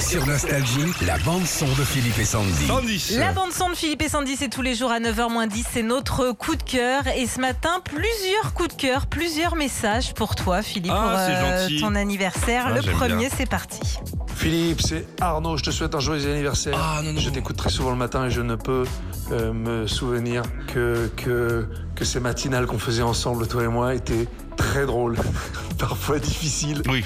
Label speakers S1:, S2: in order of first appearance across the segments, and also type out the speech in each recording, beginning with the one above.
S1: Sur Nostalgie, la bande-son de Philippe et Sandy.
S2: Sandy.
S3: La bande son de Philippe et Sandy, c'est tous les jours à 9h-10, c'est notre coup de cœur. Et ce matin, plusieurs coups de cœur, plusieurs messages pour toi, Philippe,
S2: Ah,
S3: pour euh,
S2: c'est gentil.
S3: ton anniversaire.
S2: Ah,
S3: Le
S2: j'aime
S3: premier,
S2: bien.
S3: c'est parti.
S4: Philippe, c'est Arnaud, je te souhaite un joyeux anniversaire.
S2: Ah, non, non,
S4: je
S2: non.
S4: t'écoute très souvent le matin et je ne peux euh, me souvenir que, que, que ces matinales qu'on faisait ensemble, toi et moi, étaient très drôles, parfois difficiles,
S2: Oui.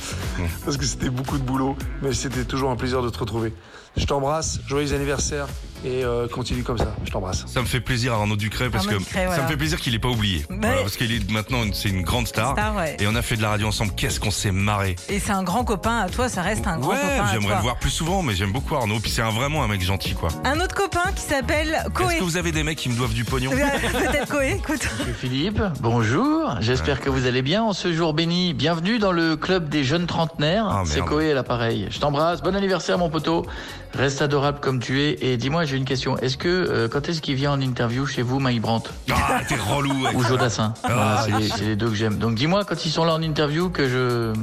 S4: parce que c'était beaucoup de boulot, mais c'était toujours un plaisir de te retrouver. Je t'embrasse, joyeux anniversaire et euh, continue comme ça, je t'embrasse.
S2: Ça me fait plaisir Arnaud Ducret parce
S3: Arnaud
S2: que
S3: Ducret,
S2: ça
S3: voilà.
S2: me fait plaisir qu'il n'ait pas oublié.
S3: Mais-
S2: Voilà, parce qu'il est maintenant une- c'est une grande star.
S3: Star, ouais.
S2: Et on a fait de la radio ensemble. Qu'est-ce qu'on s'est marré.
S3: Et c'est un grand copain à toi, ça reste un grand
S2: ouais,
S3: copain à
S2: j'aimerais
S3: toi.
S2: le voir plus souvent, mais j'aime beaucoup Arnaud. Puis c'est un- vraiment un mec gentil, quoi.
S3: Un autre copain qui s'appelle
S2: Est-ce
S3: Coé.
S2: que vous avez des mecs qui me doivent du pognon
S3: Peut-être Coé, écoute.
S5: Monsieur Philippe, bonjour. J'espère que vous allez bien en ce jour béni. Bienvenue dans le club des jeunes trentenaires.
S2: Ah,
S5: C'est
S2: merde.
S5: Koé à l'appareil. Je t'embrasse. Bon anniversaire, mon poteau. Reste adorable comme tu es. Et dis-moi, j'ai une question. Est-ce que, euh, quand est-ce qu'il vient en interview chez vous, Maï Brandt
S2: Ah, t'es relou. ouais.
S5: ou Jodassin
S2: Ah,
S5: Voilà, c'est les, c'est les deux que j'aime. Donc dis-moi, quand ils sont là en interview, que je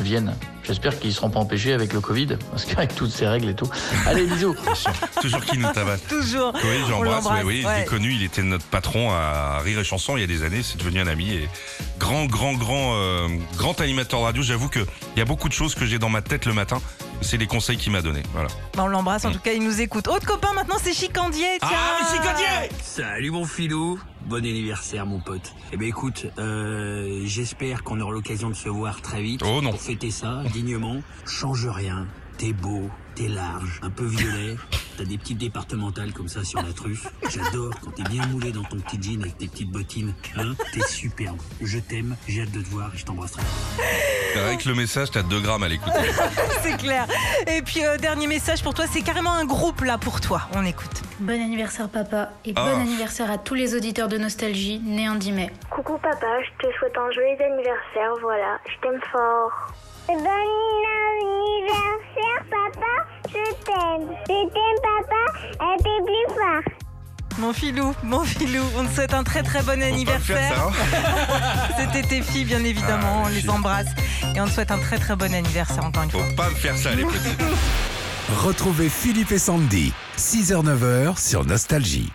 S5: vienne. J'espère qu'ils seront pas empêchés avec le Covid, parce qu'avec toutes ces règles et tout. Allez, bisous.
S2: Toujours qui nous tabasse.
S3: Toujours.
S2: Oui,
S3: On
S2: j'embrasse. Oui,
S3: l'embrasse,
S2: oui, je
S3: ouais.
S2: l'ai connu. Il était notre patron à Rire et Chanson il y a des années. C'est devenu un ami et grand, grand, grand, euh, grand animateur radio. J'avoue que il y a beaucoup de choses que j'ai dans ma tête le matin. C'est les conseils qu'il m'a donnés. Voilà.
S3: Bah, on l'embrasse,
S2: Mm.
S3: en tout cas, il nous écoute. Autre copain maintenant, c'est Chicandier.
S2: Ah,
S3: Tiens.
S6: Salut mon filou, bon anniversaire mon pote. Eh ben écoute, euh, j'espère qu'on aura l'occasion de se voir très vite
S2: Oh non.
S6: pour fêter ça dignement. Change rien, t'es beau, t'es large, un peu violet. T'as des petites départementales comme ça sur la truffe. J'adore quand t'es bien moulé dans ton petit jean avec tes petites bottines. Hein t'es superbe. Je t'aime, j'ai hâte de te voir et je t'embrasserai.
S2: Avec le message, t'as 2 grammes à l'écouter.
S3: C'est clair. Et puis, euh, dernier message pour toi, c'est carrément un groupe là pour toi. On écoute.
S7: Bon anniversaire papa et
S2: Ah.
S7: bon anniversaire à tous les auditeurs de Nostalgie nés en 10 mai.
S8: Coucou papa, je te souhaite un joyeux anniversaire, voilà, je t'aime fort. Bon anniversaire papa, je t'aime. Je t'aime papa, et t'es plus fort.
S3: Mon filou, mon filou, on te souhaite un très très bon
S2: Faut pas le faire, ça,
S3: anniversaire.
S2: hein.
S3: C'était tes filles, bien évidemment,
S2: Ah,
S3: on
S2: les
S3: les
S2: filles.
S3: embrasse. Et on te souhaite un très très bon anniversaire encore une fois.
S2: Faut pas me faire ça, les petits.
S1: Retrouvez Philippe et Sandy, 6h-9h sur Nostalgie.